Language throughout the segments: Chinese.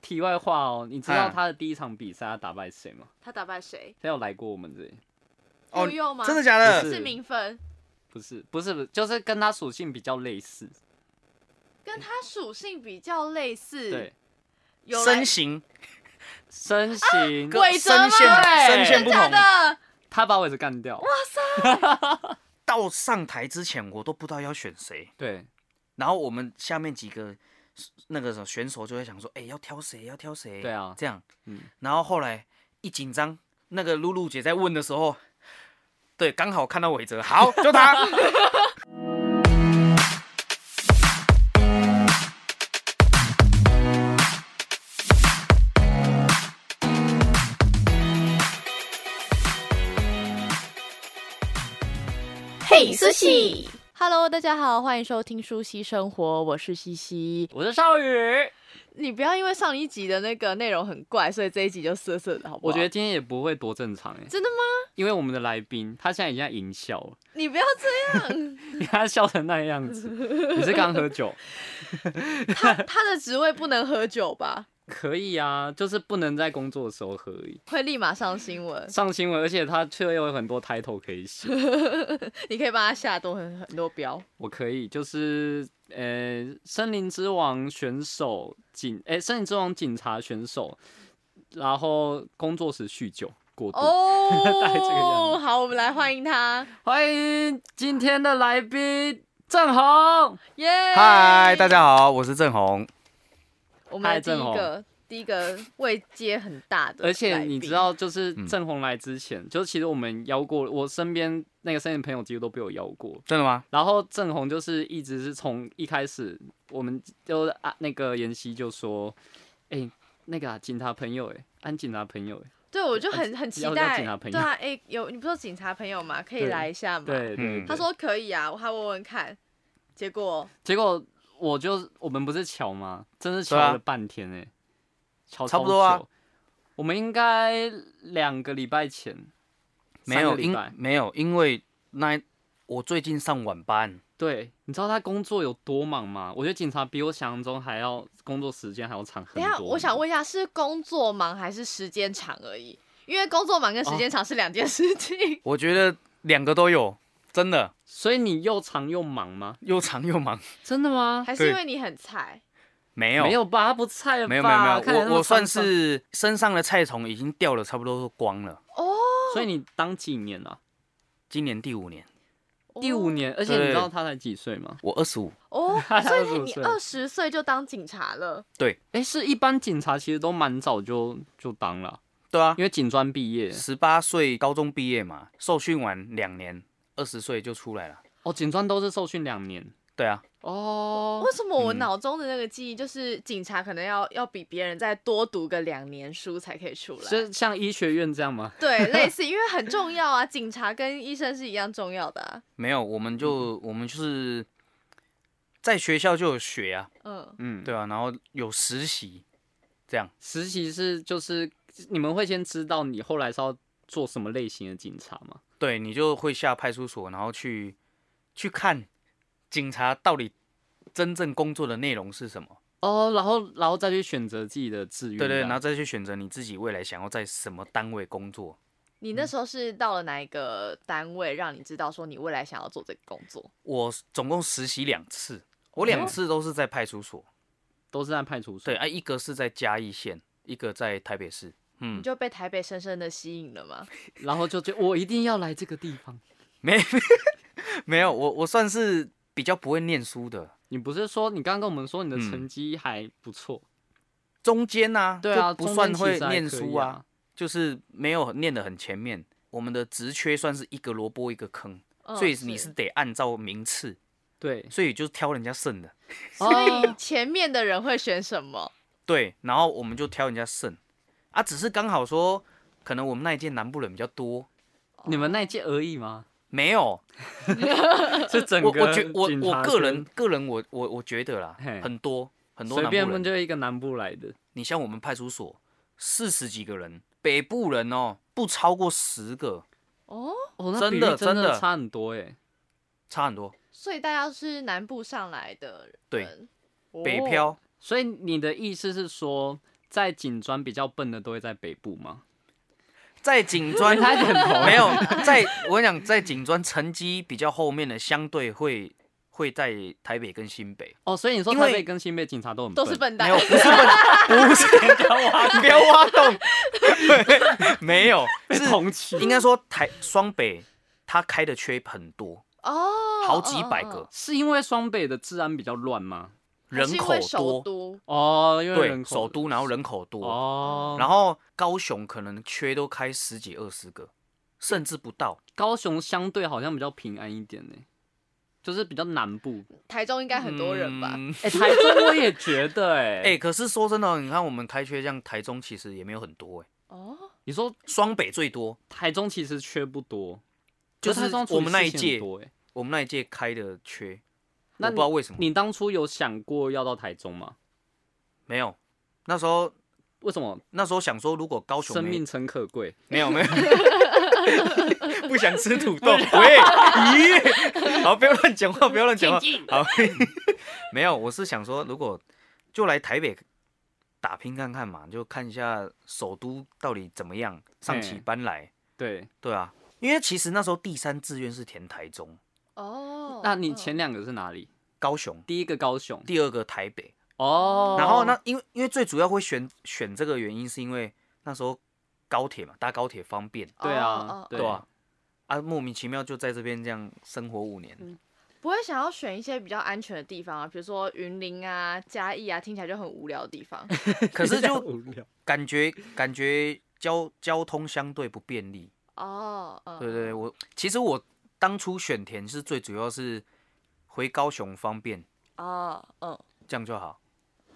题外话哦，你知道啊他的第一场比赛他打败谁吗？他打败谁？他有来过我们这里，哦悠悠吗？真的假不的？是名分，不是不是，就是跟他属性比较类似，跟他属性比较类似。对，，有来身形身形，鬼跟折吗声线对声线不真的同。假的？他把我也是干掉，到上台之前，我都不知道要选谁，对，然后我们下面几个那个什么选手就会想说，哎、要挑谁？要挑谁？对啊这样，嗯然后后来一紧张，那个露露姐在问的时候，对，刚好看到伟哲， 好，就他。嘿，苏西。Hello，大家好，欢迎收听《舒西生活》，我是西西。我是少宇。你不要因为上一集的那个内容很怪，所以这一集就色色的，好不好？我觉得今天也不会多正常哎、真的吗？因为我们的来宾他现在已经在淫笑了，你不要这样，你看他笑成那样子，你是刚喝酒？他他的职位不能喝酒吧？可以啊，就是不能在工作的时候喝而已。会立马上新闻，上新闻，而且他却又有很多 title 可以写，你可以帮他下多很很多标。我可以就是呃，森林之王选手警，哎、森林之王警察选手，然后工作时酗酒过度。 大概这个样哦，子好，我们来欢迎他，欢迎今天的来宾郑红，耶！嗨，大，家好，我是郑红。我嗨们的第一郑红个第一个位阶很大的，而且你知，道，就是嗯郑红来之前，就是其实我们邀过，我身边那个身边的朋友几乎都被我邀过。真的吗？然后郑红就是一直是从一开始，我们就啊那个妍希就说，哎、那个啊警察朋友、哎，安警察朋友、哎，对我就很很期要要待警察，朋友对啊，哎，有你不是有警察朋友吗？可以对来一下吗？，对对嗯他说可以啊，我还问问看，结果结果我就我们不是瞧吗？真是瞧对啊了半天哎、瞧差不超多啊久。我们应该两个礼拜前，没有，三个礼因拜。没有，因为那一我最近上晚班，对，你知道他工作有多忙吗？我觉得警察比我想象中还要工作时间还要长很等多呢。一下我想问一下，是工作忙还是时间长而已？因为工作忙跟哦时间长是两件事情。我觉得两个都有，真的所以你又长又忙吗？又长又忙。真的吗？还是因对为你很菜，没有，没有吧？他不菜了吧？没有，没有，没有看起来那么我我算沧桑，是身上的菜虫已经掉了，差不多都光了。所以你当几年了、今年第五年，第五年，而且你对知道他才几岁吗？我二十五， 哦，哦所以你25岁二十岁就当警察了，哎、是一般警察其实都蛮早就就当了，对啊，因为警专毕业十八岁高中毕业嘛，受训完两年，二十岁就出来了。哦，警专都是受训两年对啊，哦为。什么我嗯脑中的那个记忆就是警察可能要要比别人再多读个两年书才可以出来？是像医学院这样吗？对，类似，因为很重要啊，警察跟医生是一样重要的、啊。没有，我们就、我们就是在学校就有学啊，嗯，嗯，对啊，然后有实习，这样实习是就是你们会先知道你后来是要做什么类型的警察吗？对你就会下派出所，然后去去看警察到底真正工作的内容是什么。哦，然后然后再去选择自己的志愿这对样。对，然后再去选择你自己未来想要在什么单位工作。你那时候是到了哪一个单位，让你知道说你未来想要做这个工作？我总共实习两次，我两次都是在派出所。都哦是在派出所。对，啊，一个是在嘉义县，一个在台北市。你嗯，就被台北深深的吸引了吗？然后就觉得我一定要来这个地方。没没有，我我算是比较不会念书的，你不是说你刚刚跟我们说你的嗯成绩还不错？中间呐、对啊，就不中间算其会实还念可书以啊。就是没有念得很前面。我们的职缺算是一个萝卜一个坑，哦嗯所以你是，得按照名次，对，所以就挑人家剩的。所以哦前面的人会选什么？对，然后我们就挑人家剩，啊，只是刚好说，可能我们那一届南部人比较多，你们那一届而已吗？没有，是整呃我个我觉我警我察个圈人个人我我我觉得啦嘿，很多很多随南便部问人，就一个南部来的，你像我们派出所四十几个人，北部人哦不超过十个，哦，哦，那真比的例真真的差很多哎。差很多，所以大家是南部上来的人，对，哦北漂。所以你的意思是说，在警专比较笨的都会在北部 吗？在警专他点头，没有在，我跟你讲，在警专成绩比较后面的，相对会会在台北跟新北。哦，所以你说因为台北跟新北警察都很都是笨没蛋有，。不是笨，不是不要挖洞，没有，被同期，应该说台双北它开的缺很多，哦，好几百嗯，嗯个嗯，是因为双北的治安比较乱吗？还是人因口为首多，都哦，因为对，人口首都，然后人口多，哦，然后后高雄可能缺都开十几二十个，甚至不到。高雄相对好像比较平安一点呢，就是比较南部。台中应该很多人吧？ 嗯 哎，台中我也觉得 哎，哎、可是说真的，你看我们开缺这样，台中其实也没有很多哎、哦，你说双北最多，台中其实缺不多，就是可台中处理我们那一事情很届，多哎。我们那一届开的缺，那我不知道为什么你当初有想过要到台中吗？没有。那时候为什么？那时候想说，如果高雄生没命诚可贵。没 有没有，不想吃土豆。喂，咦，好，不要乱讲话，不要乱讲话。好， 没有，我是想说，如果就来台北打拼看看嘛，就看一下首都到底怎么样，上起嗯班来。对，对啊，因为其实那时候第三志愿是填台中、哦，那你嗯前两个是哪里？高雄，第一个高雄第二个台北。哦，然后 那因为因为最主要会选选这个原因，是因为那时候高铁嘛，搭高铁方便，对哦啊哦，对啊，啊，莫名其妙就在这边这样生活五年。嗯不会想要选一些比较安全的地方啊，比如说云林啊、嘉义啊，听起来就很无聊的 地方。可是好就无聊感觉感觉交交通相对不便利。哦，嗯对对对，我其实我当初选田是最主要是回高雄方便，哦，嗯，这样就好。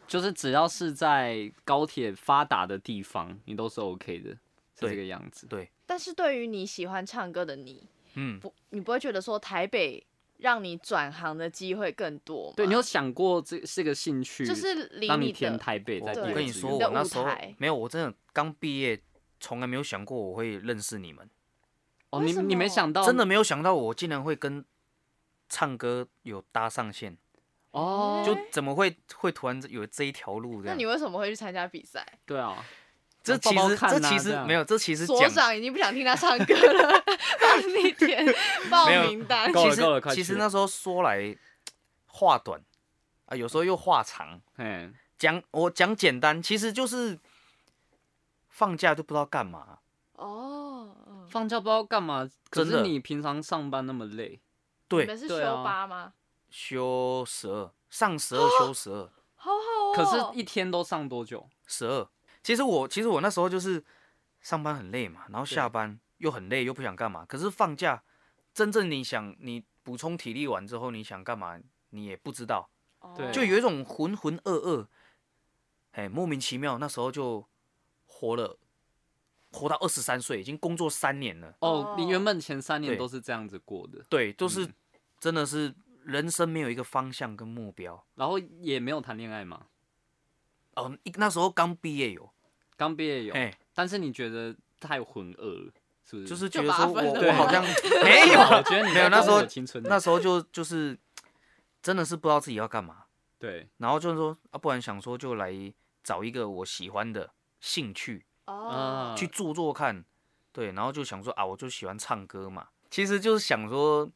就是只要是在高铁发达的地方，你都是 OK 的，是对这个样子。但是对于你喜欢唱歌的你，嗯，不，你不会觉得说台北让你转行的机会更多吗？对你有想过这是个兴趣，就是离让你填的台北我在对我跟你说，你的我那时候舞台没有，我真的刚毕业，从来没有想过我会认识你们，哦，为你什你没么想到真的没有想到我竟然会跟唱歌有搭上线，哦，就怎么会会突然有这一条路这那样你？为什么会去参加比赛？对啊，这抱其抱实看这啊其这实样没有，这其实所讲长已经不想听他唱歌了，帮 你填报没有名单。够了其实够了快其实去那时候说来话短啊，有时候又话长，哎，讲我讲简单，其实就是放假就不知道干嘛。哦，嗯放假不知道干嘛，可真是的你平常上班那么累，你对，们是休对啊八吗？休十二，上十哦二休十二，好好哦。可是一天都上多久？十二。其实我其实我那时候就是上班很累嘛，然后下班又很累，又不想干嘛。可是放假，真正你想你补充体力完之后，你想干嘛你也不知道。哦对就有一种浑浑噩噩，哎，莫名其妙，那时候就活了，活到二十三岁，已经工作三年了。哦，你哦原本前三年对都是这样子过的，对，就是、真的是人生没有一个方向跟目标。然后也没有谈恋爱嘛，哦，一那时候刚毕业有，刚毕业有，哎，但是你觉得太浑噩了，是不是？就是是觉就得把它说分我了我吧好像没有， 我觉得你没在有那跟时候我的青春，那时候就就是真的是不知道自己要干嘛，对，然后就是说啊，不然想说就来找一个我喜欢的兴趣，哦啊，去做做看，对，然后就想说啊，我就喜欢唱歌嘛，其实就是想说，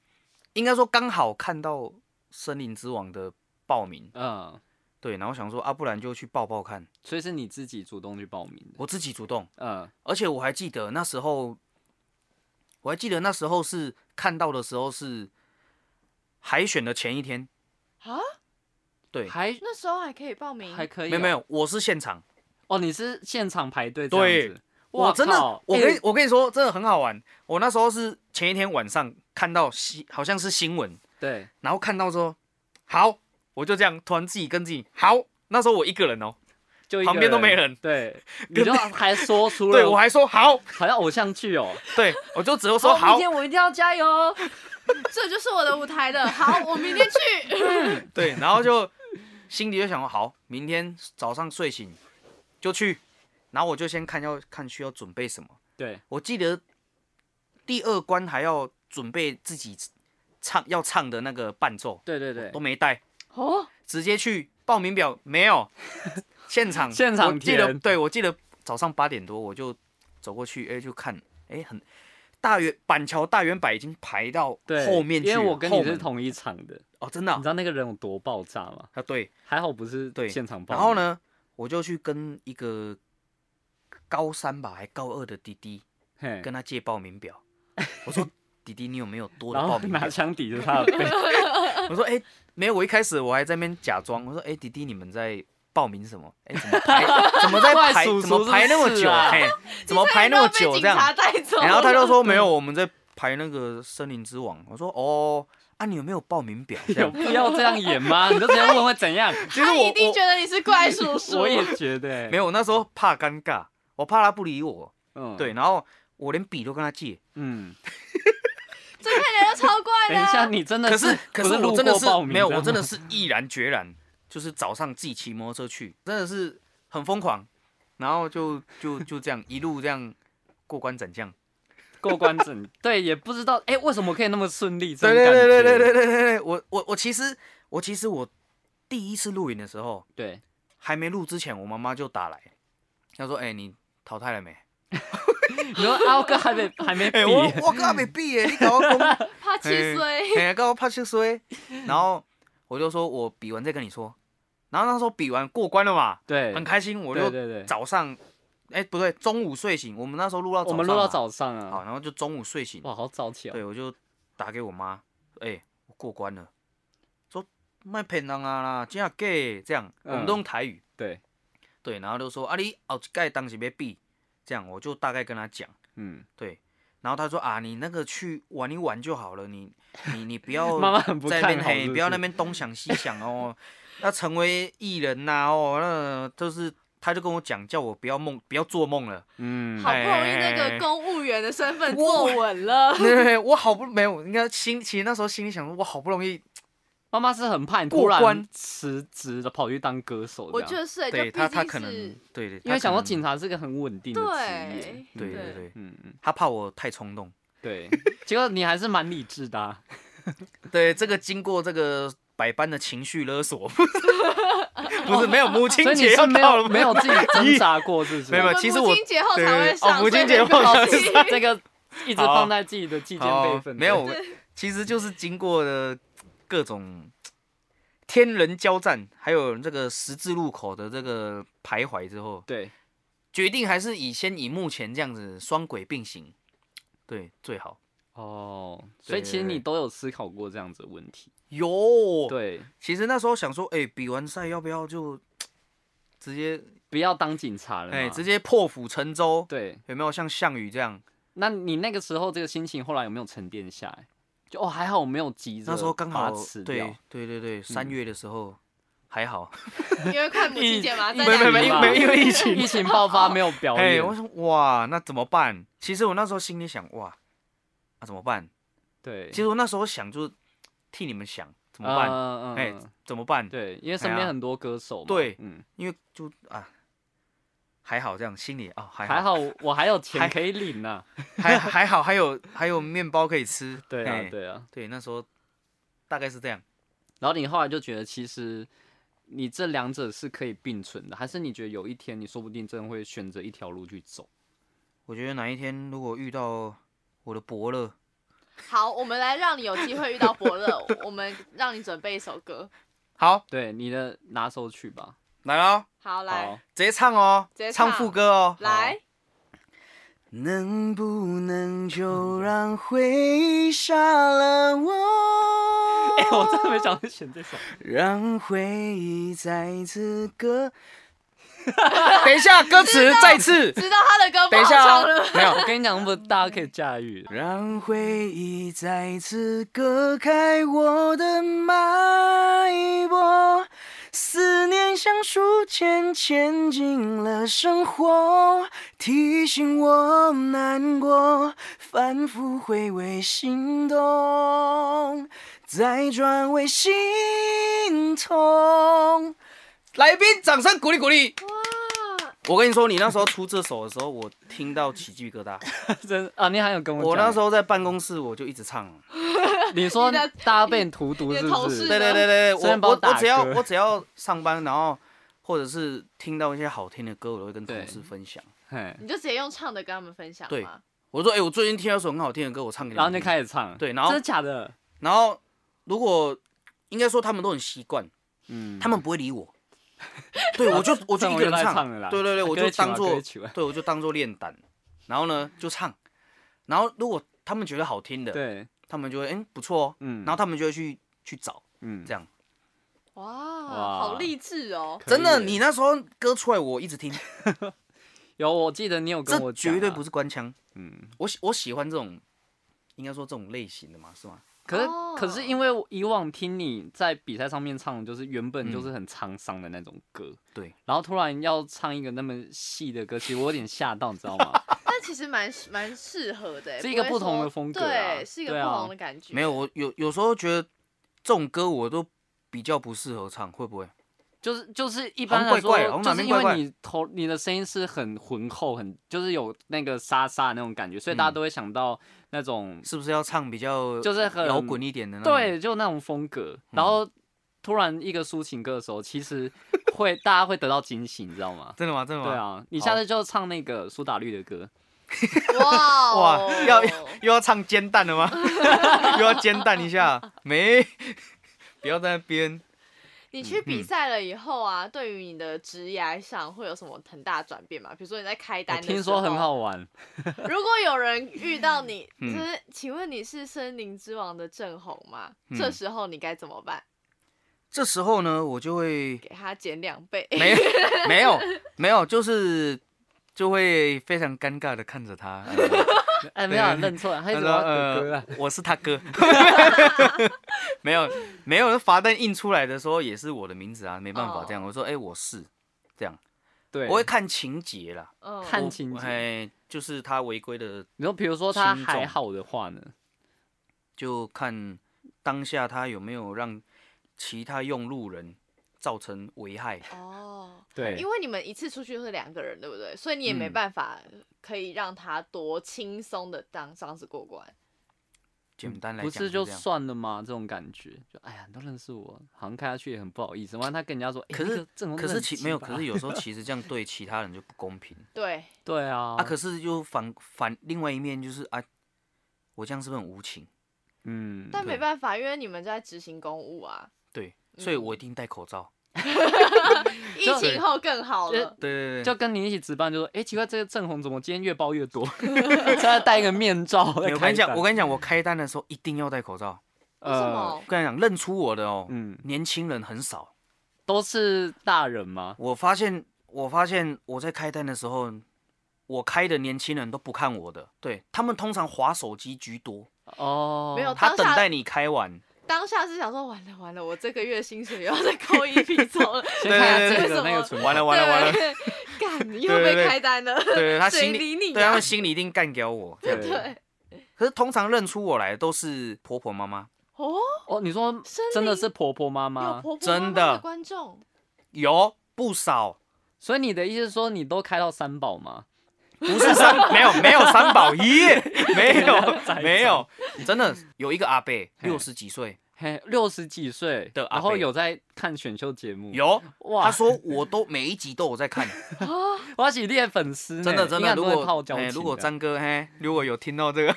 应该说刚好看到《森林之王》的报名，嗯，对，然后想说啊，不然就去报报看，所以是你自己主动去报名的，我自己主动，嗯，而且我还记得那时候，我还记得那时候是看到的时候是海选的前一天，啊，对，还那时候还可以报嗯名，还可以、没有没，有，我是现场，哦，你是现场排队这对样子，哇我真的靠，我哎跟我跟你说，真的很好玩，我那时候是前一天晚上看到新，好像是新闻。对，然后看到说好，我就这样突然自己跟自己好。那时候我一个人哦，就一旁个边都没人 对，你跟就还说出了，对我还说好，好像偶像剧哦，对我就只有说好哦明，天我一定要加油， 这就是我的舞台了。好，我明 天去。对，然后就心里就想说好，明天早上睡醒就去，然后我就先看要看需要准备什么。 对，我记得第二关还要准备自己唱要唱的那个伴奏对对对都，没带，哦， 直接去报名表没有，现场现场我记得填对我记得早上八点多我就走过去，哎、就看，哎、很大圆板桥大圆柏已经排到对，后面去了，因为我跟后你是门同一场的，哦，真的你啊知道那个人有多爆炸吗？啊对，还好不是对现场爆。然后？呢，我就去跟一个高三吧还高二的弟弟嘿，跟他借报名 表，我说弟弟你有没有多的然报后名表拿？枪抵着他的背，我说哎、诶没有，我一开始我还在那边假装，我说哎、诶弟弟你们在报名什么？哎、怎么 排？怎么在怪排？叔叔怎么排那么是久？啊 哎、怎么排那么差点久被这警样？察带走了。然后他就说没有，我们在排那个森林之王。我说哦，啊你有没有报名表？这有样，必要这样演 吗？你就直接问会怎样？其实他我一定觉得你是怪叔叔。我我也觉得欸 我没，有，我那时候怕尴尬，我怕他不理我。嗯，对，，然后我连笔都跟他借，嗯，这看起来就超怪等的一下，啊。你真的 可是可不是是我路真的过是报名没有，这我样真的吗是毅然决然，就是早上自己骑摩托车去，真的是很疯狂，然后就就就这样一路这样过关斩将。过关整，对，也不知道哎，为什么可以那么顺利？对对对对对对对对对对，我我我其实我其实我第一次录影的时候，对，还没录之前，我妈妈就打来，她说：“哎、你淘汰了没你说阿哥还没还没？”哎、毕我业，我刚没毕业，你搞我 讲，怕七岁，哎，搞我怕吃 衰。然后我就说我比完再跟你说。然后那时候比完过关了嘛，对，很开心，我对就对对，早上，哎、不对，中午睡醒，我们那时候录到早我上，们录到，早上好，啊，然后就中午睡醒，哇，好早起哦，对，我就打给我妈，哎、我过关了，说卖骗人啊啦，真啊假的这样，嗯我们都用台语，对，对，然后就说啊你后一届当时要比，这样我就大概跟他讲，嗯，对，然后他说啊你那个去玩一玩就好了，你你你不要妈妈很不在看那边好，嘿，是不要那是边东想西想哦，要成为艺人呐、哦，那就是他就跟我讲，叫我不要梦，不要做梦了。 嗯，好不容易那个公务员的身份坐稳了。对对对，我好不没有，应该心其实那时候心里想说，我好不容易，妈妈是很怕你过突然关辞职的跑去当歌手这 我样，觉得是，欸哎就对毕他竟他是可能对对，因为想说说警，察是个很稳定的职业，对对对对对，嗯嗯，他怕我太冲动。对， 结果你还是蛮理智的、啊，对，这个经过这个百般的情绪勒索， 不是没有母亲所以你节要是没到了，有没 有自己挣扎过，是不是？没有没有 我们呃其实我母亲节后才对会上，哦母所以亲节没后关才会系这个一直放在自己的季间备哦份，没有，我 其实就是经过了各种天人交战，还有这个十字路口的这个徘徊之后，对，决定还是以先以目前这样子双轨并行，对最好。哦，对所以其实对对你都有思考过这样子的问题，有，对，其实那时候想说，哎、比完赛要不要就直接不要当警察了嘛，哎、直接破釜沉舟？对，有没有像项羽这样？那你那个时候这个心情后来有没有沉淀下来？就哦，还好我没有急着那时候刚把好它辞对掉，嗯对对对，三月的时候、还好， 因为快母亲 节嘛，疫在疫家情里没没嘛没因为疫 情疫情爆发没有表 哎、演，我想哇，那怎么办？其实我那时候心里想，哇，啊怎么办？对，其实我那时候想就是替你们想怎怎么办？哎哎，怎么办？对，因为身哎边呀很多歌手嘛，对嗯，因为就啊还好这样，心里啊、还还好好我还有钱还可以领呐， 还还好，还有还有面包可以吃。 对哎啊，对啊。对，那时候大概是这样。然后你后来就觉得，其实你这两者是可以并存的，还是你觉得有一天你说不定真的会选择一条路去走？我觉得哪一天如果遇到我的伯乐，好，我们来让你有机会遇到伯乐，我们让你准备一首歌。好对，你的拿手去吧。来喽，好，来好，直接唱哦，直接唱唱副歌哦。来，能不能就让回忆杀了我？ 哎、 我真的没想到选这首。让回忆再次歌。 等一下，歌词再 次。知道他的歌不等一好下唱哦了，，没有我。跟你讲，不，大家可以驾驭 的。让回忆再次割开我的脉搏，思念像书签嵌进了生活，提醒我难过，反复回味心动，再转为心痛。来宾，掌声鼓励鼓励！哇，我跟你说，你那时候出这首的时候，我听到起鸡皮疙瘩。真啊，你还有跟我我讲那时候在办公室，我就一直唱。你说你的大家被你荼毒你的是同不事是？对对对对，虽然我帮我我打我只要歌我只要上班，然后或者是听到一些好听的歌，我都会跟同对事分享。嘿，你就直接用唱的跟他们分享对吗？我说，哎、我最近听到一首很好听的歌，我唱给你。然后就始。开始唱，对，真然后的假的？然后如果应该说他们都很习惯，嗯，他们不会理我。 对，我就我 就这一我个就人在唱唱了啦，对对对，啊我歌就曲嘛当歌做曲嘛对，我就当做练胆，然后呢就唱，然后如果他们觉得好听的，对，他们就会嗯不错哦，嗯，然后他们就会去去找，嗯这样哇，哇好励志哦！可以真的，耶你那时候歌出来我 一直听，有，我记得你有跟这我绝对讲啊不是官腔，嗯，我喜我喜欢这种，应该说这种类型的嘛，是吗？可是可哦是因为我以往听你在比赛上面唱，的就是原本嗯就是很沧桑的那种歌，对，然后突然要唱一个那么细的歌，其实我有点吓到，你知 道吗？但其实蛮蛮适合的欸， 是一个会不同的说风格啊对，是一对个不啊同的感觉。没有，我有有时候觉得这种歌我都比较不适合唱，会不会？就是就是一好般像来怪说，怪的好像就哪是边因怪怪为你头你的声音是很浑厚，很就是有那个沙沙的那种感觉，所以大家嗯都会想到那种、是不是要唱比较就是很嗯摇滚一嗯点的那种？对，就那种风格。然后突然一个抒情歌的时候，其实会 大家会得到惊喜，你知道吗？真的吗？真的对吗？啊，你好下次就唱那个苏打绿的歌，哇哇哦，要又要唱煎蛋了吗？又要煎蛋一下？没， 不要在那边。 你嗯去比赛了以后啊，对于你的职涯上会有什么很大的转变吗？比如说你在开单我的时候，听说很。好玩。如果有人遇到你，就嗯是请问你是森林之王的正红吗？嗯这时候你该怎么办？这时候呢，我就会给他减两倍。没没有没有，就是就会非常尴尬的看着他。呃 哎，没有啊认错了，他一他直说：“要哥哥呃啊。， 我是他哥。”没有没有，罚单印出来的时候也是我的名字啊，没办法哦这样。我说：“哎，我是这样。”对，我会看情节啦，嗯，看我情节哎，就是他违规的你说，比如说他轻还重好的话呢，就看当下他有没有让其他用路人造成危害。哦，对因，为你们一次出去就是两个人，对不对？所以你也没嗯办法可以让他多轻松的当这样子过关。简单来嗯不讲是这就样。算了吗？这种感觉，就哎呀，你都认识我，好像开下去也很不好意思。万一他跟人家说，哎可那是个郑红可真的是很其鸡没有，巴可是有时候其实这样对其他人就不公 平对，对啊，啊。可是就反反另外一面就是啊，我这样是不是很无情？嗯，但对没办法，因为你们在执行公务啊。对，嗯所以我一定戴口罩。疫就情后更好了。对对对，就跟你一起值班，就说，哎、奇怪，这个郑红怎么今天越包越多？ 现在戴一个面罩在开单。没有我跟你讲，我跟你讲，我开单的时候一定要戴口罩。为什么呃？我跟你讲，认出我的哦，嗯，年轻人很少。都是大人吗？我发现，我发现我在开单的时候，我开的年轻人都不看我的，对他们通常划手机居多，哦，没有他当下等待你开完，当下是想说，完了完了，我这个月薪水又要再扣一 笔走了。先对看下对对这个为什那个么存款完了完了完了，对， 干你又对对被对开单了。对他谁心里，理你对他啊们？心里一定干掉我。这样对 对，可是通常认出我来的都是婆婆妈妈，哦，哦，你说森真的林是婆婆妈有妈，婆婆真妈妈的的观众，有不少，所以你的意思是说你都开到三宝吗？不是三没有没有三宝一，没有没有，真的有一个阿伯六十几岁，嘿，六十几岁的阿然后伯有在看选秀节目，有他哇，说我都每一集都有 在看。我是烈粉丝呢，真的真应该的，很如多人泡果脚哎，情如果的张哥嘿，如果有听 到这个，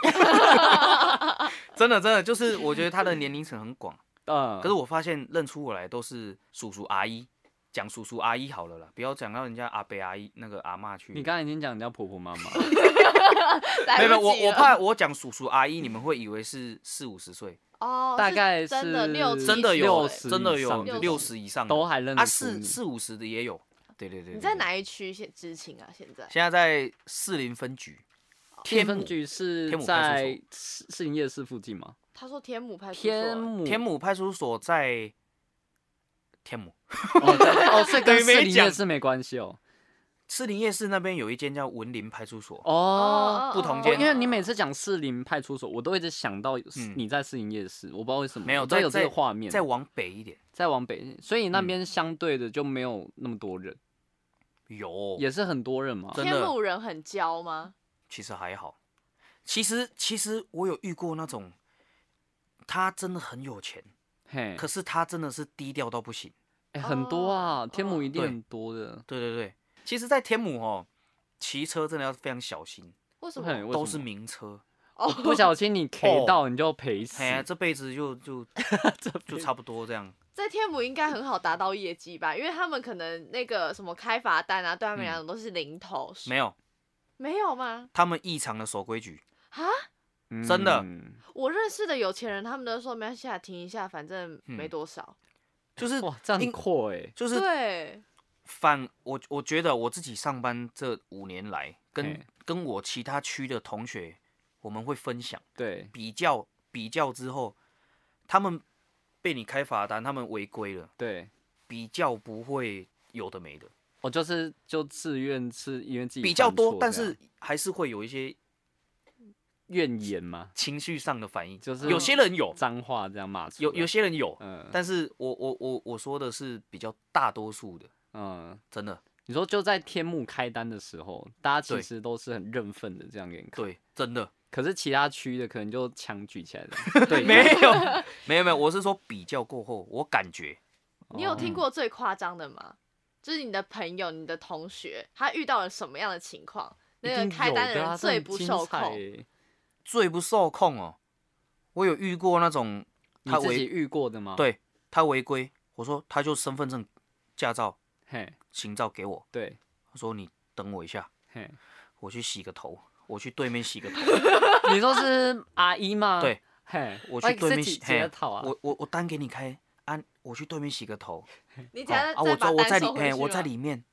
真的真的就是我觉得他的年龄层很广，嗯，可是我发现认出我来都是叔叔阿姨，讲叔叔阿姨好了啦，不要讲到人家阿伯阿姨那个阿嬷去。你刚才已经讲人家婆婆妈 妈，来没有没有，不我及我了怕我讲叔叔阿姨，你们会以为是四五十岁，哦，大是概真的六是七真的有60真的以上有的六十以上的都还认得啊，出四你四五十的也有，对对对。对你在？对哪一区现执勤啊？现在现在在士林分局，天天分母局是天母派出所在市市营夜市附近吗？他说天母派出天所，欸母天母派出所在天母。哦，在哦，所以跟 对没士林夜讲市没关系哦。士林夜市那边有一间叫文林派出所，哦，不同哦间因为你每次讲士林派出所，我都一直想到嗯你在士林夜市，我不知道为什么，没有我都在有这在个画面。再往北一点再往北，所以嗯那边相对的就没有那么多人，有，也是很多人嘛。真天的母人很娇吗？其实还好。其实其实我有遇过那种，他真的很有钱，嘿，可是他真的是低调到不行。哎、哎、很多啊，哦天母一定对很多的。对对对，其实，在天母哦，骑车真的要非常小心，为什嘿么？为都什是么名车。哦，不小心你 K 哦到你就赔死哎，呀，这辈子就 就就差不多这样。在天母应该很好达到业绩吧？因为他们可能那个什么开罚单啊，对他们来讲都是零头，嗯没有，没有吗？他们异常的守规矩。啊，真的嗯我认识的有钱人，他们都说没关系啊，停一下，反正没多少。就是哇，这样很因阔哎、嗯就是对，反我我觉得我自己上班这五年来，跟嘿跟我其他区的同学，我们会分享对，比较比较之后，他们被你开罚单，他们违规了，对，比较不会有的没的，我就是就自愿是因为自己比较犯多错，但这样是还是会有一些怨言嘛，情绪上的反应，就是有些人有，脏话这样骂出有来有些人有，嗯但是我我我我说的是比较大多数的，嗯，真的你说就在天幕开单的时候，大家其对实都是很认份的这样给你看，对，真 的可是其他区的可能就枪举起来了。 对，没有没有没有，我是说比较过后，我感觉你有哦嗯听过最夸张的吗？就是你的朋友、你的同学，他遇到了什么样的情况？那一个定开有单的的啊人这很最不精受彩控，欸最不受控哦，我有遇过那种你他自己违遇过的吗？，对他违规，我说他就身份证、驾照、嘿，行照给我，对，他说你等我一下，嘿，我去洗个头，我去对面洗个头， 你说是阿姨吗？对，嘿， 我去对面洗，嘿解套啊，我我我单给你开，啊，我去对面洗个头，你只好要再啊，再我把在我在单里收，回嘿，去我在嘛里面，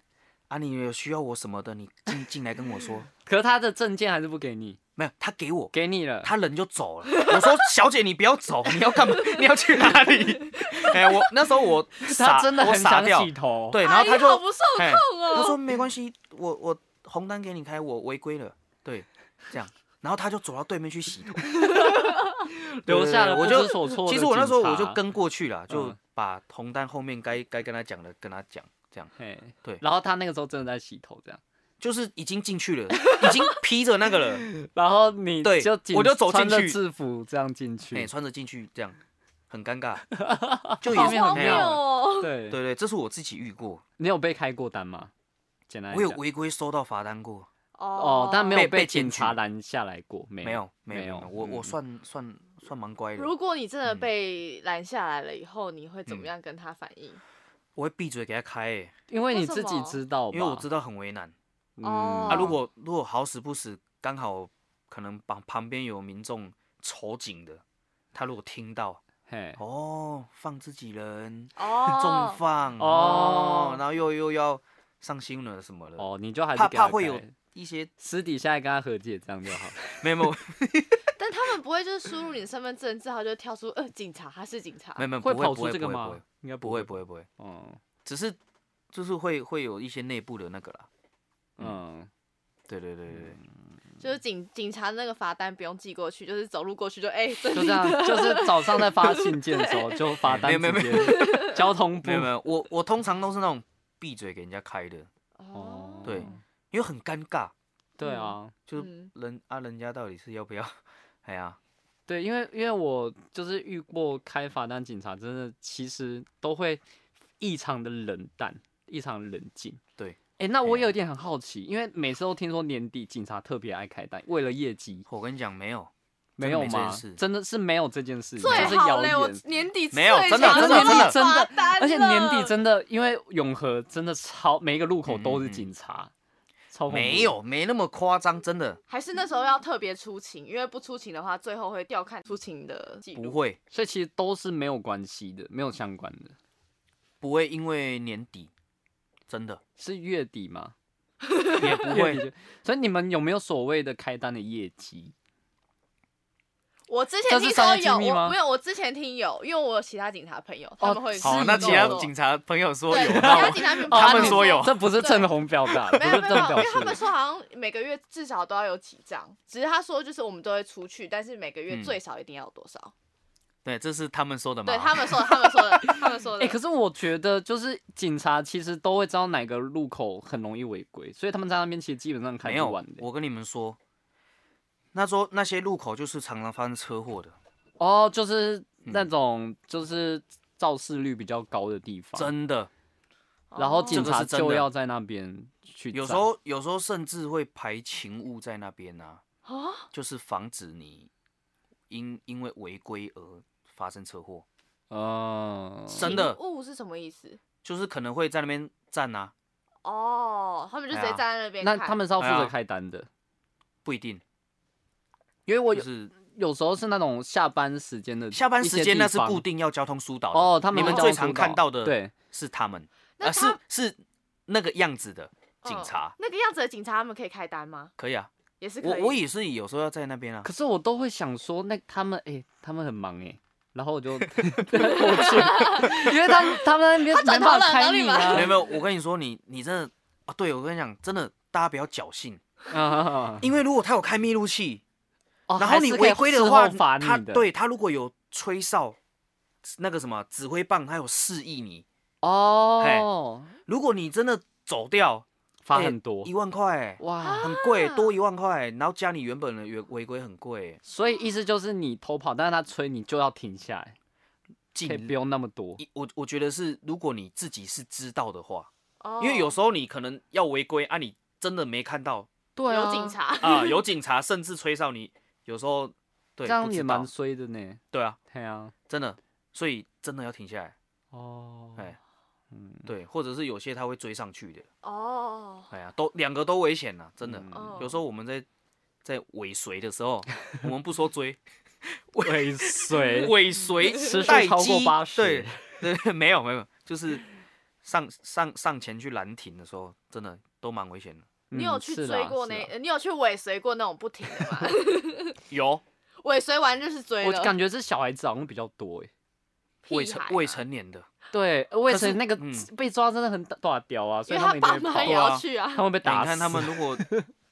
啊，你有需要我什么的，你进进来跟我说， 可是他的证件还是不给你，没有，他给我，给你了，他人就走了。 我说：“小姐，你不要走，你要干嘛？你要去哪里？” 哎，我那时候我傻， 他真的我很傻想掉洗，头，，对，然阿后姨他哎好就不受哎控哦。他说：“没关系，我我红单给你开，我违规了。”对，这样，然后他就走到对面去洗头，留下对了我不就知所措的其实我那时候警察我就，跟过去了，就嗯把红单后面该该跟他讲的跟他讲，这样嘿，对然后他那个时候真的在洗头这样，就是已经进去了，已经披着那个 了，然后你对就紧我就走穿进着去制服这样进哎，去，穿着进去这样，很尴 尬，就画也是面很好荒没没有谬有。哦。对，对对，这是我自己遇过，你有被开过单吗？简单来我有讲违规收到罚单过，哦，但没有被被警检察举拦下来过，没没有没没有嗯没有，我我算算算蛮乖的，如果你真的嗯被拦下来了以后，你会怎么嗯样跟他反 应？我会闭嘴给他开，欸因为为你什自己么知道吧，因为我知道很为难。嗯，哦啊，如果如果好死不死刚好可能旁旁边有民众瞅紧的，他如果听到嘿，哦放自己人哦，重放哦哦，然后又又要上新闻了什么的，哦，你就还是怕给他怕会有开一些私底下跟他和解，这样就好。没有没有啊但他们不会就是输入你的身份证字号就跳出，呃，警察，他是警察。没 有没有会 不会跑不出会这个不会吗？应该不会不会不会，哦，只是就是会会有一些内部的那个啦。嗯，对对对对对，就是警警察那个罚单不用寄过去，就是走路过去就哎，这就这样，就是早上在发信件的时 候就发单，没有没有直接交通部没有没有，我我通常都是那种闭嘴给人家开的，哦，对因为很尴尬，对啊，就是嗯人啊人家到底是要不要？ 哎呀，对，因为因为我就是遇过开罚单警察，真的其实都会异常的冷淡，异常地冷静。对，哎，那我哎呀有点很好奇，因为每次都听说年底警察特别爱开单，为了业绩，我跟你讲没有。没有真的没这件吗事？真的是没有这件事，情，最这是好谣嘞！我言。年底没有最真的常真的收真到的真的罚单而且年底了真的，因为永和真的超每一个路口都是嗯嗯嗯警察，超恐怖没有，没那么夸张，真的还是那时候要特别出勤，因为不出勤的话，最后会调看出勤的记不录。会，所以其实都是没有关系的，没有相关的，不会因为年底，真的是月底吗？ 也月不底会。就，所以你们有没有所谓的开单的业绩？我之这前是听商说业有，机密吗我没有，我之前听有，因为我有其他警察朋友，他们会好哦好，啊那那跟其其我他他有说警察朋友说对有，其那他我警察朋友他们说有这不是正红表达，不 没是有正没有没有，因表为他们示。说好像每个月至少都要有几张，只是他说就是我们都会出去，但是每个月嗯最少一定要有多少？ 对，这是他们说的嘛？ 对他们说的，他们说的，他们说的。 哎、可是我觉得就是警察其实都会知道哪个路口很容易违规，所以他们在那边其实基本上开没不有完。的。我跟你们说，那说那些路口就是常常发生车祸的，嗯哦，就是那种就是肇事率比较高的地方。真的。然后哦警这个察是真的就要在那边去站。有时候有时候甚至会排勤务在那边啊，啊，就是防止你因因为违规而发生车祸，嗯，真的雾是什么意思？就是可能会在那边站啊，哦，他们就直接哎呀站在那边那看。他们是要负哎责呀开单的，不一定，因为我就有是有时候是那种下班时间的下一班时些间地那是方固定要交通疏导的哦，他你们会最这样常疏看到的对，是他们，那呃他是是那个样子的警嗯察、那个样子的警察，他们可以开单吗？可以啊，也是可我以。我也是有时候要在那边啊，可是我都会想说，那他们哎、他们很忙哎、然后我 就过去，因为他们他们那边他转没办头法了开哪里你忙没有啊没有，我跟你说，你你真的啊，对我跟你讲，真的大家不要侥幸，啊，因为如果他有开密录器，哦然还后你是可以违规事的后话，罚你他的对他如果有吹哨，那个什么指挥棒，他有示意你，哦，如果你真的走掉，罚哎很多、一万块，欸哇，很贵，多一万块，然后加你原本的违违规很贵，所以意思就是你偷跑，但是他催你就要停下来，尽可以不用那么多一我我觉得是，如果你自己是知道的话，哦因为有时候你可能要违规啊，你真的没看到对啊有警察， 啊，有警察甚至吹哨你，有时候对这样不也知道蛮衰的呢，对啊，对啊，真的，所以真的要停下来，哦，哎，嗯，对，或者是有些他会追上去的，哦，哎呀，都两个都危险呐，真的。嗯哦有时候我们在在尾随的时候，我们不 说追，尾 随尾随时速待哎超过机80对对， 没有没有，就是上上上前去拦停的时候，真的都蛮危险的。你有嗯去是追啦过是那？啦呃你有去尾随过那种不停的吗？ 有尾随完就是追我了，感觉这小孩子好像比较多哎。屁未成孩啊未嘛，成年的，对，呃为可什是么那个嗯被抓真的很大大屌啊？因所以为他他们一定爸会妈跑也啊啊要去啊哎他。们被打你死。看他们如果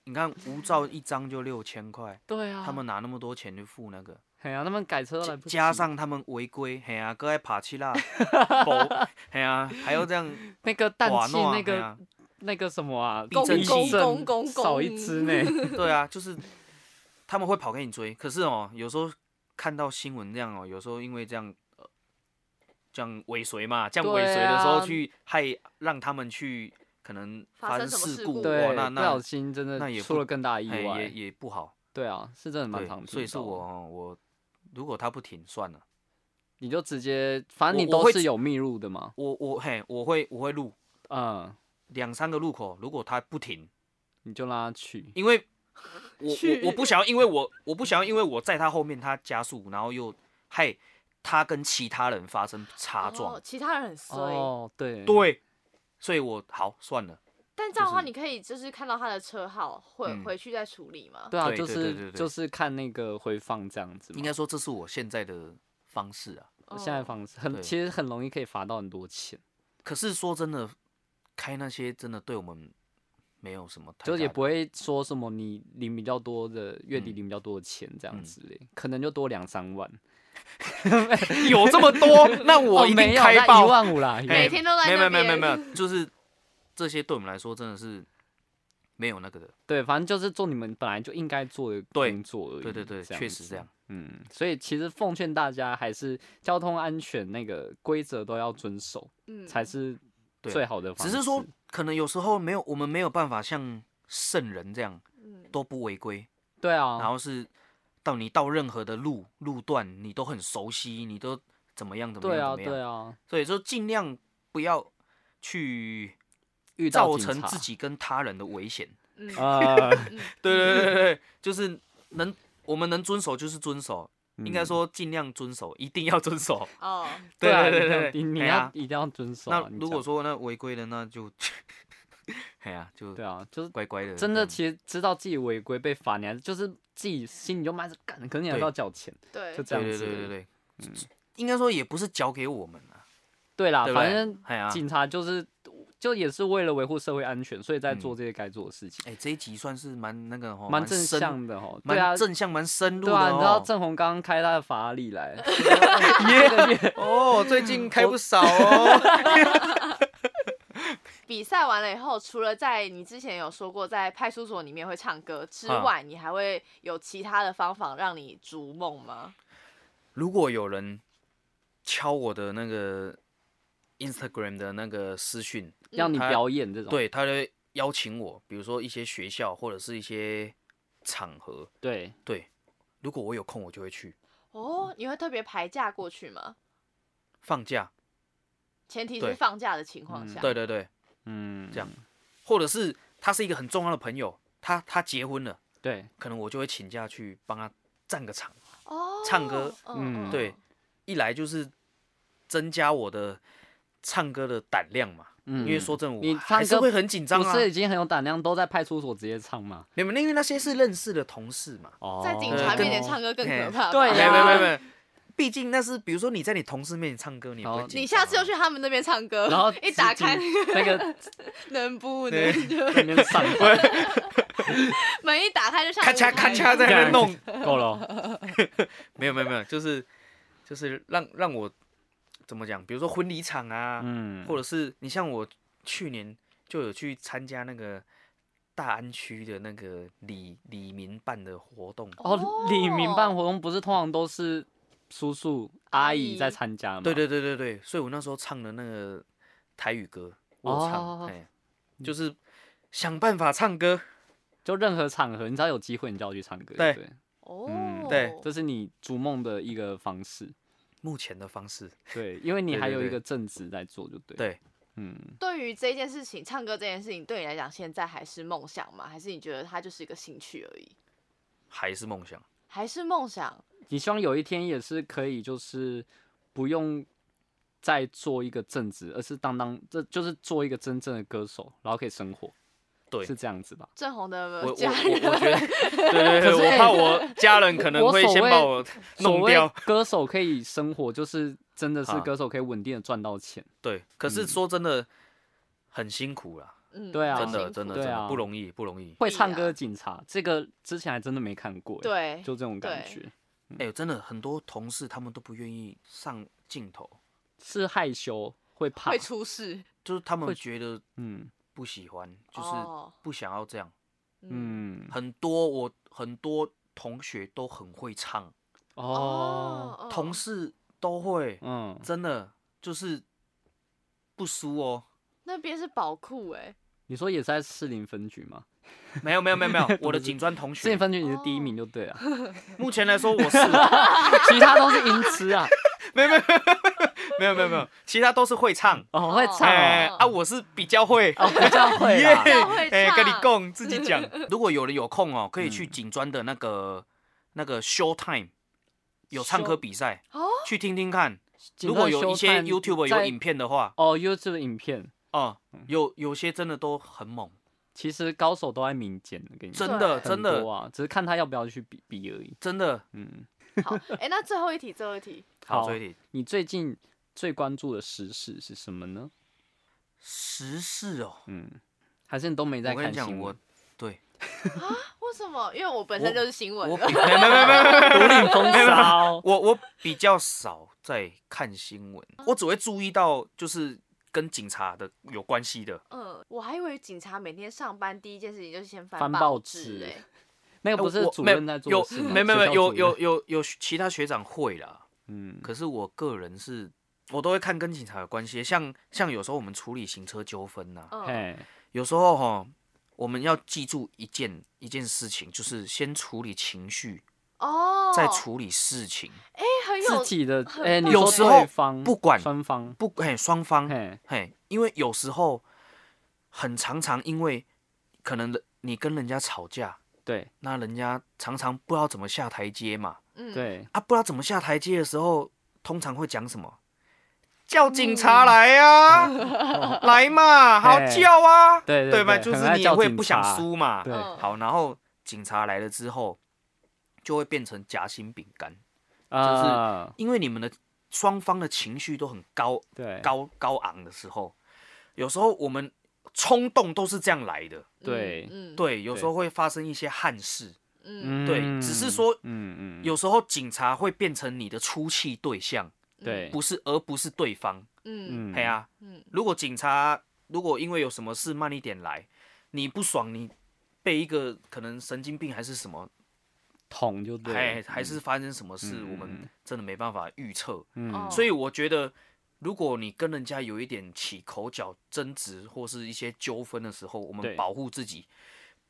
你看无照一张就六千块，对啊，他们拿那么多钱去付那个，哎呀，他们改车都来加不及加上他们违规，嘿啊，搁爱爬七 啦，保嘿啊，还要这样那个氮瓦气弄啊，那嘿个啊那个什么啊，避震公器公公少一公只呢。对啊，就是他们会跑给你追，可是哦，有时候看到新闻这样哦，有时候因为这样。呃这样尾随嘛，这样尾随的时对啊候去害让他们去可能发发生生什么事事故，故哇，对，那不小那心真那也的不出了更大的意嘿也外。也不好。对啊，是真的蛮对常听所以是到的我，哦我如果他不停算了，你就直接，反正我你我都会是有密录的嘛。我我嘿，我会我会录嗯，两三个路口，如果他不停，你就让他去。因为我去我我不想要，因为我我不想要，因为我在他后面他加速，然后又害他跟其他人发生擦撞，哦，其他人很衰，哦，对，对，所以我好算了，但这样的话，就是你可以就是看到他的车号，回嗯回去再处理吗？对啊，对就对对是对对就是看那个回放这样子嘛。应该说这是我现在的方式啊。哦现在方式很，对其实很容易可以罚到很多钱。可是说真的，开那些真的对我们没有什么太大就的，也不会说什么你领比较多的月底嗯领比较多的钱这样嗯之类，可能就多两三万。 有这么 多，那我哦一没定有开那爆一万五 啦，一每万哎五天都在没有那没有没有边没有没有，就是这些对我们来说真的是没有那个的。对，反正就是做你们本来就应该做的对工作而已。对对对，样确实子这样。。嗯，所以其实奉劝大家还是交通安全那个规则都要遵守，嗯才是对最好的方只式。是说，可能有时候没有，我们没有办法像圣人这样嗯都不违规，对然啊，后是到你到任何的路路段，你都很熟悉，你都怎么样怎么对样啊，怎么对样。啊，所以说，尽量不要去遇到造警成察自己跟他人的 危险。嗯 呃，对对对对对， 就是能我们能遵守就是遵守，应该嗯说尽量遵守，一定要遵守。哦， 对啊对一定要对对，你你哎要呀一定要遵守啊。那你如讲果说那违规了，那就， 哎呀，就对啊，就是乖乖的。真的，这样其实知道自己违规被罚，你还是就是自己心里就骂着干，可是你还是要缴钱，对就，这样对子。嗯对对对对，应该说也不是交给我们啊，对啦，对不对反正哎呀，警察就是就也是为了维护社会安全，所以在做嗯这些该做的事情，哎，这一集算是蛮那个蛮哈，哦蛮正深，向的哦。对啊蛮，正向，蛮深入对的啊，你知道哦。郑红刚刚开他的法拉利 来，耶这个 嗯月哦，最近开不少哦。比赛完了以后，除了在你之前有说过在派出所里面会唱歌之嗯啊外，你还会有其他的方法让你逐梦吗？ 如果有人敲我的那个 Instagram 的那个私讯，让你他表演这种。对，他就会邀请我，比如说一些学校或者是一些场合，对，对，如果我有空我就会去。哦，你会特别排假过去吗？放假，前提对是放假的情况下。对啊对对，嗯，这样或者是他是一个很重要的朋友，他他结婚了，对，可能我就会请假去帮他站个场。哦，唱歌嗯对，一来就是增加我的唱歌的胆量嘛，嗯因为说真的，我你还唱是歌会很紧张不啊。是已经很有胆量，都在派出所直接唱吗？没有，因为那些是认识的同事嘛，哦，在警呃察面前唱歌更可怕吧。对啊没呀有没有没有没有，毕竟那是比如说你在你同事面前唱歌，你也不会好紧你张下啊次就去他们那边唱歌， 然后一打开警那 个能不对能就在那边 上 门一打开就像咔嚓舞咔台嚓在那边弄，够了 哦，没有没有没有，就是就是让让我怎么讲，比如说婚礼场啊，嗯，或者是你像我去年就有去参加那个大安区的那个李李明办的活动，哦，李明办活动不是通常都是叔叔阿姨阿姨在参加吗？对对对对对，所以我那时候唱的那个台语歌，我有唱，哦哎、就是想办法唱歌，就任何场合，你只要有机会，你就要去唱歌。对对，哦嗯，对这是你逐梦的一个方式。目前的方式，对，因为你对还对有一对个正职在做，就对。对，嗯，对于这件事情，唱歌这件事情，对你来讲，现在还是梦想吗？还是你觉得它就是一个兴趣而已？还是梦想，还是梦想？你希望有一天也是可以，就是不用再做一个正职，而是当当，这就是做一个真正的歌手，然后可以生活，对是这样子吧？郑红我我我的我家人 觉得，对对呃可是对，我哎怕我家人可能我会所先谓把我所弄谓掉，歌手可以生活，就是真的是啊歌手可以稳定的赚到钱。对，可嗯是说真的很辛苦啦，嗯对啊真很的辛真的苦对真啊的不容易不容易，会必唱啊歌的警察，这个之前还真的没看过。，欸对，就这种感对觉，哎、真的很多同事他们都不愿意上镜头，是害羞会怕会，出事。就是他们会觉得嗯不喜欢，就是哦不想要这样。嗯，嗯，很多我很多同学都很会唱，哦，同事都会，嗯，真的就是不输哦。那边是宝库哎，你说也是在士林分局吗？没有没有没 有没有，我的警专同士林学，分局你是第一名就对哦了，目前来说我是 其他都是音痴啊，没有没有没有，其他都是会唱。哦，会唱哎、哦，啊，我是比较会，哦，比较会耶啦，较会哎、跟你唱共自己讲。如果有人有空哦，可以去警专的那个、那个 show time，有唱歌 Show- 比赛哦去听听看。警如察果有一修些缮 YouTube 有在嗯影片的话，哦 YouTube 影片，哦、有有些真的都很猛，其实高手都在民间的，跟你真说的很真的多啊，只是看他要不要去比比而已。真的。嗯，好，哎，那最后一题，最后一题，好，好所以你最近最关注的时事是什么呢？时事哦，嗯，还是你都没在我跟看你新讲，我闻？为什么？因为我本身我就是新闻我的比 没有没有没有没有没有独领风 骚我我比较少在看新闻，我只会注意到就是跟警察的有关系的。嗯，我还以为警察每天上班第一件事情就是先翻翻报报纸纸哎，那个哎不是我主没有任在做有的事吗？没有没有没学有校有主有任有有其他学长会啦，嗯可是我个人是。我都会看跟警察有关系，像像有时候我们处理行车纠纷呐，嗯，嘿有时候哈，我们要记住一件一件事情，就是先处理情绪，哦，再处理事情。哎，很有自己的很哎，你棒说有时候对方不管双方不，嘿，双方嘿嘿，因为有时候很常常因为可能人你跟人家吵架，对那人家常常不知道怎么下台阶嘛，嗯，对啊，不知道怎么下台阶的时候，通常会讲什么？叫警察来呀、啊， 来嘛，好嘿叫啊，对对嘛，对就很是爱你也叫会警不想察输嘛，对嗯好，然后警察来了之后，就会变成夹心饼干，啊因为你们的双方的情绪都很高对高高昂的时候，有时候我们冲动都是这样来的。对嗯，对，有时候会发生一些憾事。嗯，嗯对只是说嗯嗯有时候警察会变成你的出气对象，对不是，而不是对方。嗯嗯哎呀、嗯如果警察如果因为有什么事慢一点来，你不爽，你被一个可能神经病还是什么，捅就对还了还是发生什么事，嗯我们真的没办法预测。嗯哦所以我觉得，如果你跟人家有一点起口角、争执或是一些纠纷的时候，我对们保护自己，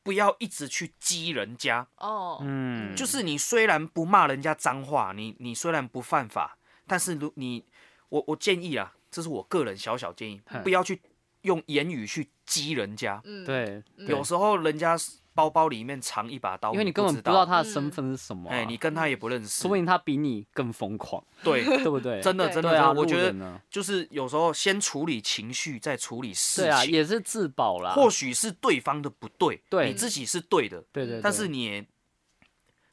不要一直去激人家。哦，嗯，就是你虽然不骂人家脏话，你你虽然不犯法，但是如你我我建议啊，这是我个人小小建议嗯，不要去用言语去激人家。嗯，，对，嗯对有时候人家包包里面藏一把刀，因为你根本不不知道他，他的身份是什么啊、哎，你跟他也不认识说不，定他比你更疯狂， 对，对不对？ 真的对真对的，啊，我觉路得人啊就是有时候先处理情绪，再处理事对啊，情。也是自保啦。或许是对方的不对，对你自己是对的，对对对，但是你也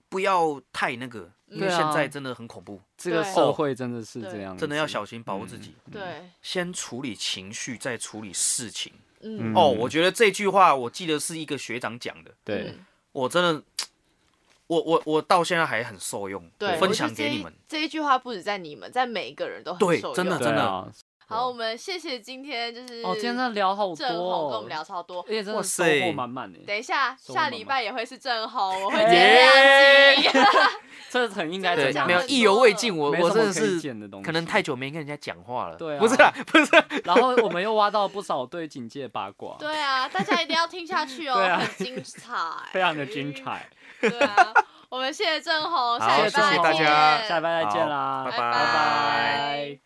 不要太那个，因为对啊现在真的很恐怖，这个对社会真的是对这样，真的要。小心保护自己。嗯对，先处理情绪，再处理事情。嗯，哦，我觉得这句话我记得是一个学长讲的，对，嗯我真的，我我我到现在还很受用，对，我分享给你们我觉。得这一。这一句话不止在你们，在每一个人都很对受用真的对啊。好，我们谢谢今天就是哦，今天真的聊好多郑红跟我哦们，聊超多 而。且真的哇收塞获满满欸诶，等一下，收获满下满礼拜也会是郑红，我会耶 接两集。这很应该这真的对讲，样。没有很多意犹未尽，我没我什真么的可以是见的东西可能太久没跟人家讲话了。对啊不是啦，不是啦，然后我们又挖到不少对警戒八卦，对啊，大家一定要听下去哦，对啊很精彩。 非常的精。彩。对啊，我们谢谢郑红，好下礼拜谢谢大家见下礼拜再见啦，好拜拜拜拜。